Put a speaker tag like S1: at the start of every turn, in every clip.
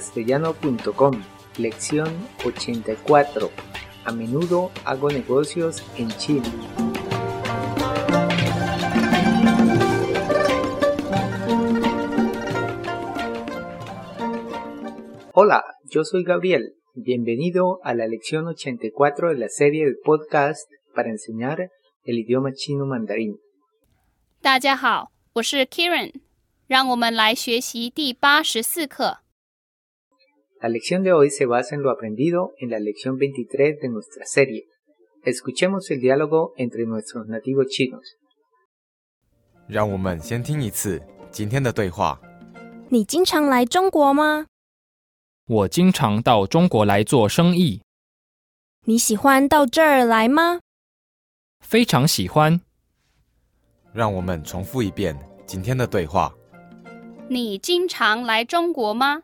S1: chinocastellano.com, lección 84. A menudo hago negocios en Chile. Hola, yo soy Gabriel. Bienvenido a la lección 84 de la serie de podcast para enseñar el idioma chino mandarín.
S2: 大家好，我是 Kieran，让我们来学习第八十四课。
S1: La lección de hoy se basa en lo aprendido en la lección 23 de nuestra serie. Escuchemos el diálogo entre nuestros nativos chinos.
S3: 让我们先听一次今天的对话。
S4: 你经常来中国吗？
S5: 我经常到中国来做生意，
S4: 你喜欢到这儿来吗？
S5: 非常喜欢。
S3: 让我们重复一遍今天的对话。
S2: 你经常来中国吗？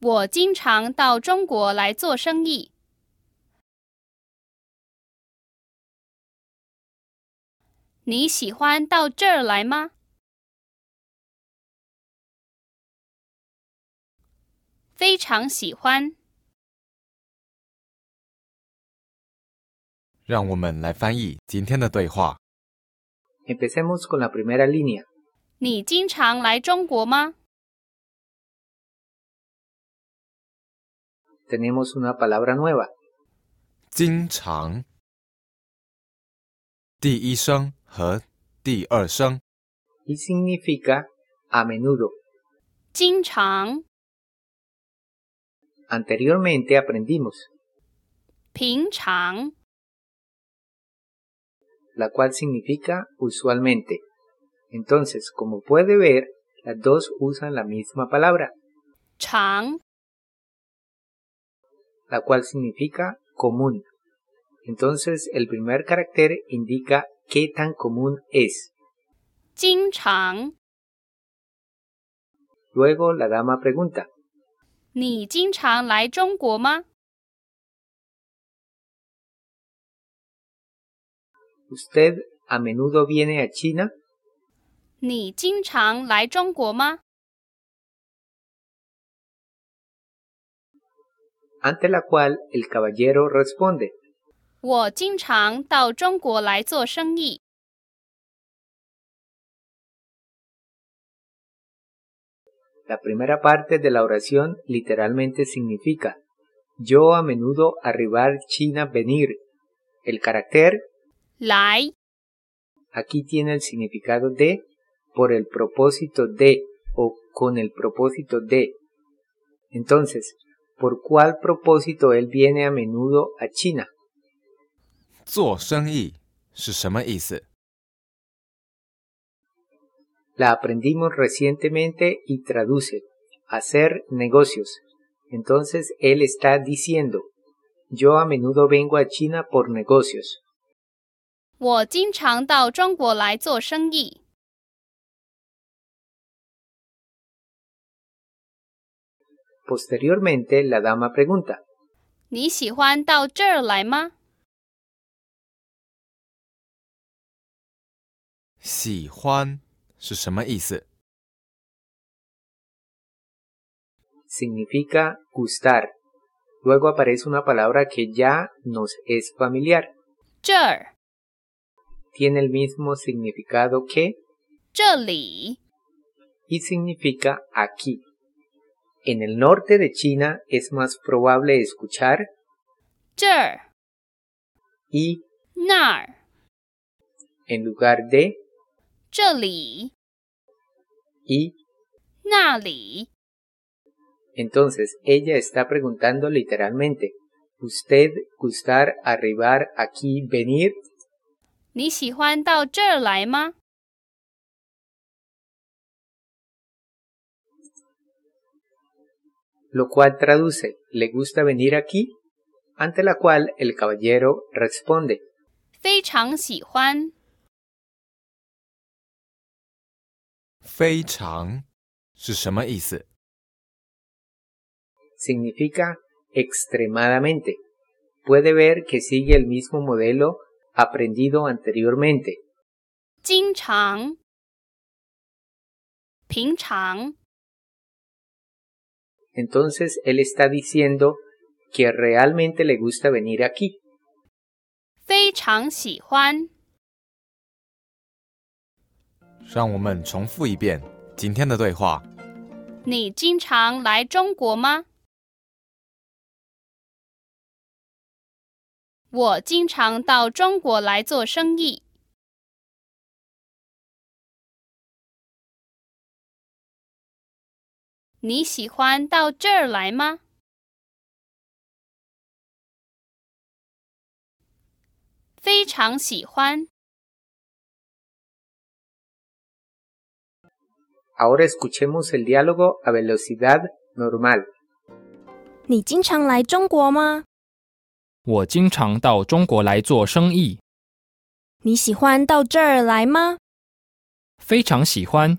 S2: 我经常到中国来做生意。你喜欢到这儿来吗？非常喜欢。
S3: 让我们来翻译今天的对话。
S1: Empecemos con la primera línea.
S2: 你经常来中国吗？
S1: Tenemos una palabra nueva.
S3: 经常，第一声和第二声
S1: y significa a menudo.
S2: 经常，
S1: Anteriormente aprendimos,
S2: 平常，
S1: la cual significa usualmente. Entonces, como puede ver, las dos usan la misma palabra,
S2: 常，
S1: la cual significa común. Entonces, el primer carácter indica qué tan común es.
S2: 经常。
S1: Luego, la dama pregunta,
S2: 你经常来中国吗？
S1: ¿usted a menudo viene a China?
S2: 你经常来中国吗？
S1: Ante la cual el caballero responde,
S2: 我经常到中国来做生意。
S1: La primera parte de la oración literalmente significa yo a menudo arribar China venir. El carácter
S2: 来
S1: aquí tiene el significado de por el propósito de o con el propósito de. Entonces, ¿por cuál propósito él viene a menudo a China?
S3: 做生意是什么意思？
S1: La aprendimos recientemente y traduce hacer negocios. Entonces él está diciendo yo a menudo vengo a China por negocios.
S2: 我经常到中国来做生意。
S1: Posteriormente la dama pregunta
S2: 你喜欢到这儿来吗？
S3: 喜欢是什么意思？
S1: significa gustar. Luego aparece una palabra que ya nos es familiar.
S2: 这儿，
S1: Tiene el mismo significado que
S2: 这里，
S1: y significa aquí. En el norte de China es más probable escuchar
S2: 这儿，
S1: y
S2: 那儿，
S1: en lugar de
S2: 这里，
S1: y.
S2: 那里。
S1: Entonces ella está preguntando literalmente, ¿usted gustar arribar aquí, venir?
S2: 你喜欢到这儿来吗？
S1: Lo cual traduce, ¿le gusta venir aquí? Ante la cual el caballero responde,
S2: 非常喜欢。
S3: 非常是什么意思？
S1: significa extremadamente. Puede ver que sigue el mismo modelo aprendido anteriormente.
S2: 经常，平常。
S1: Entonces él está diciendo que realmente le gusta venir aquí.
S2: 非常喜欢，
S3: 让我们重复一遍今天的对话。
S2: 你经常来中国吗？我经常到中国来做生意。你喜欢到这儿来吗？非常喜欢。
S1: Ahora escuchemos el diálogo a velocidad normal.
S4: 你经常来中国吗？
S5: 我经常到中国来做生意，
S4: 你喜欢到这儿来吗？
S5: 非常喜欢。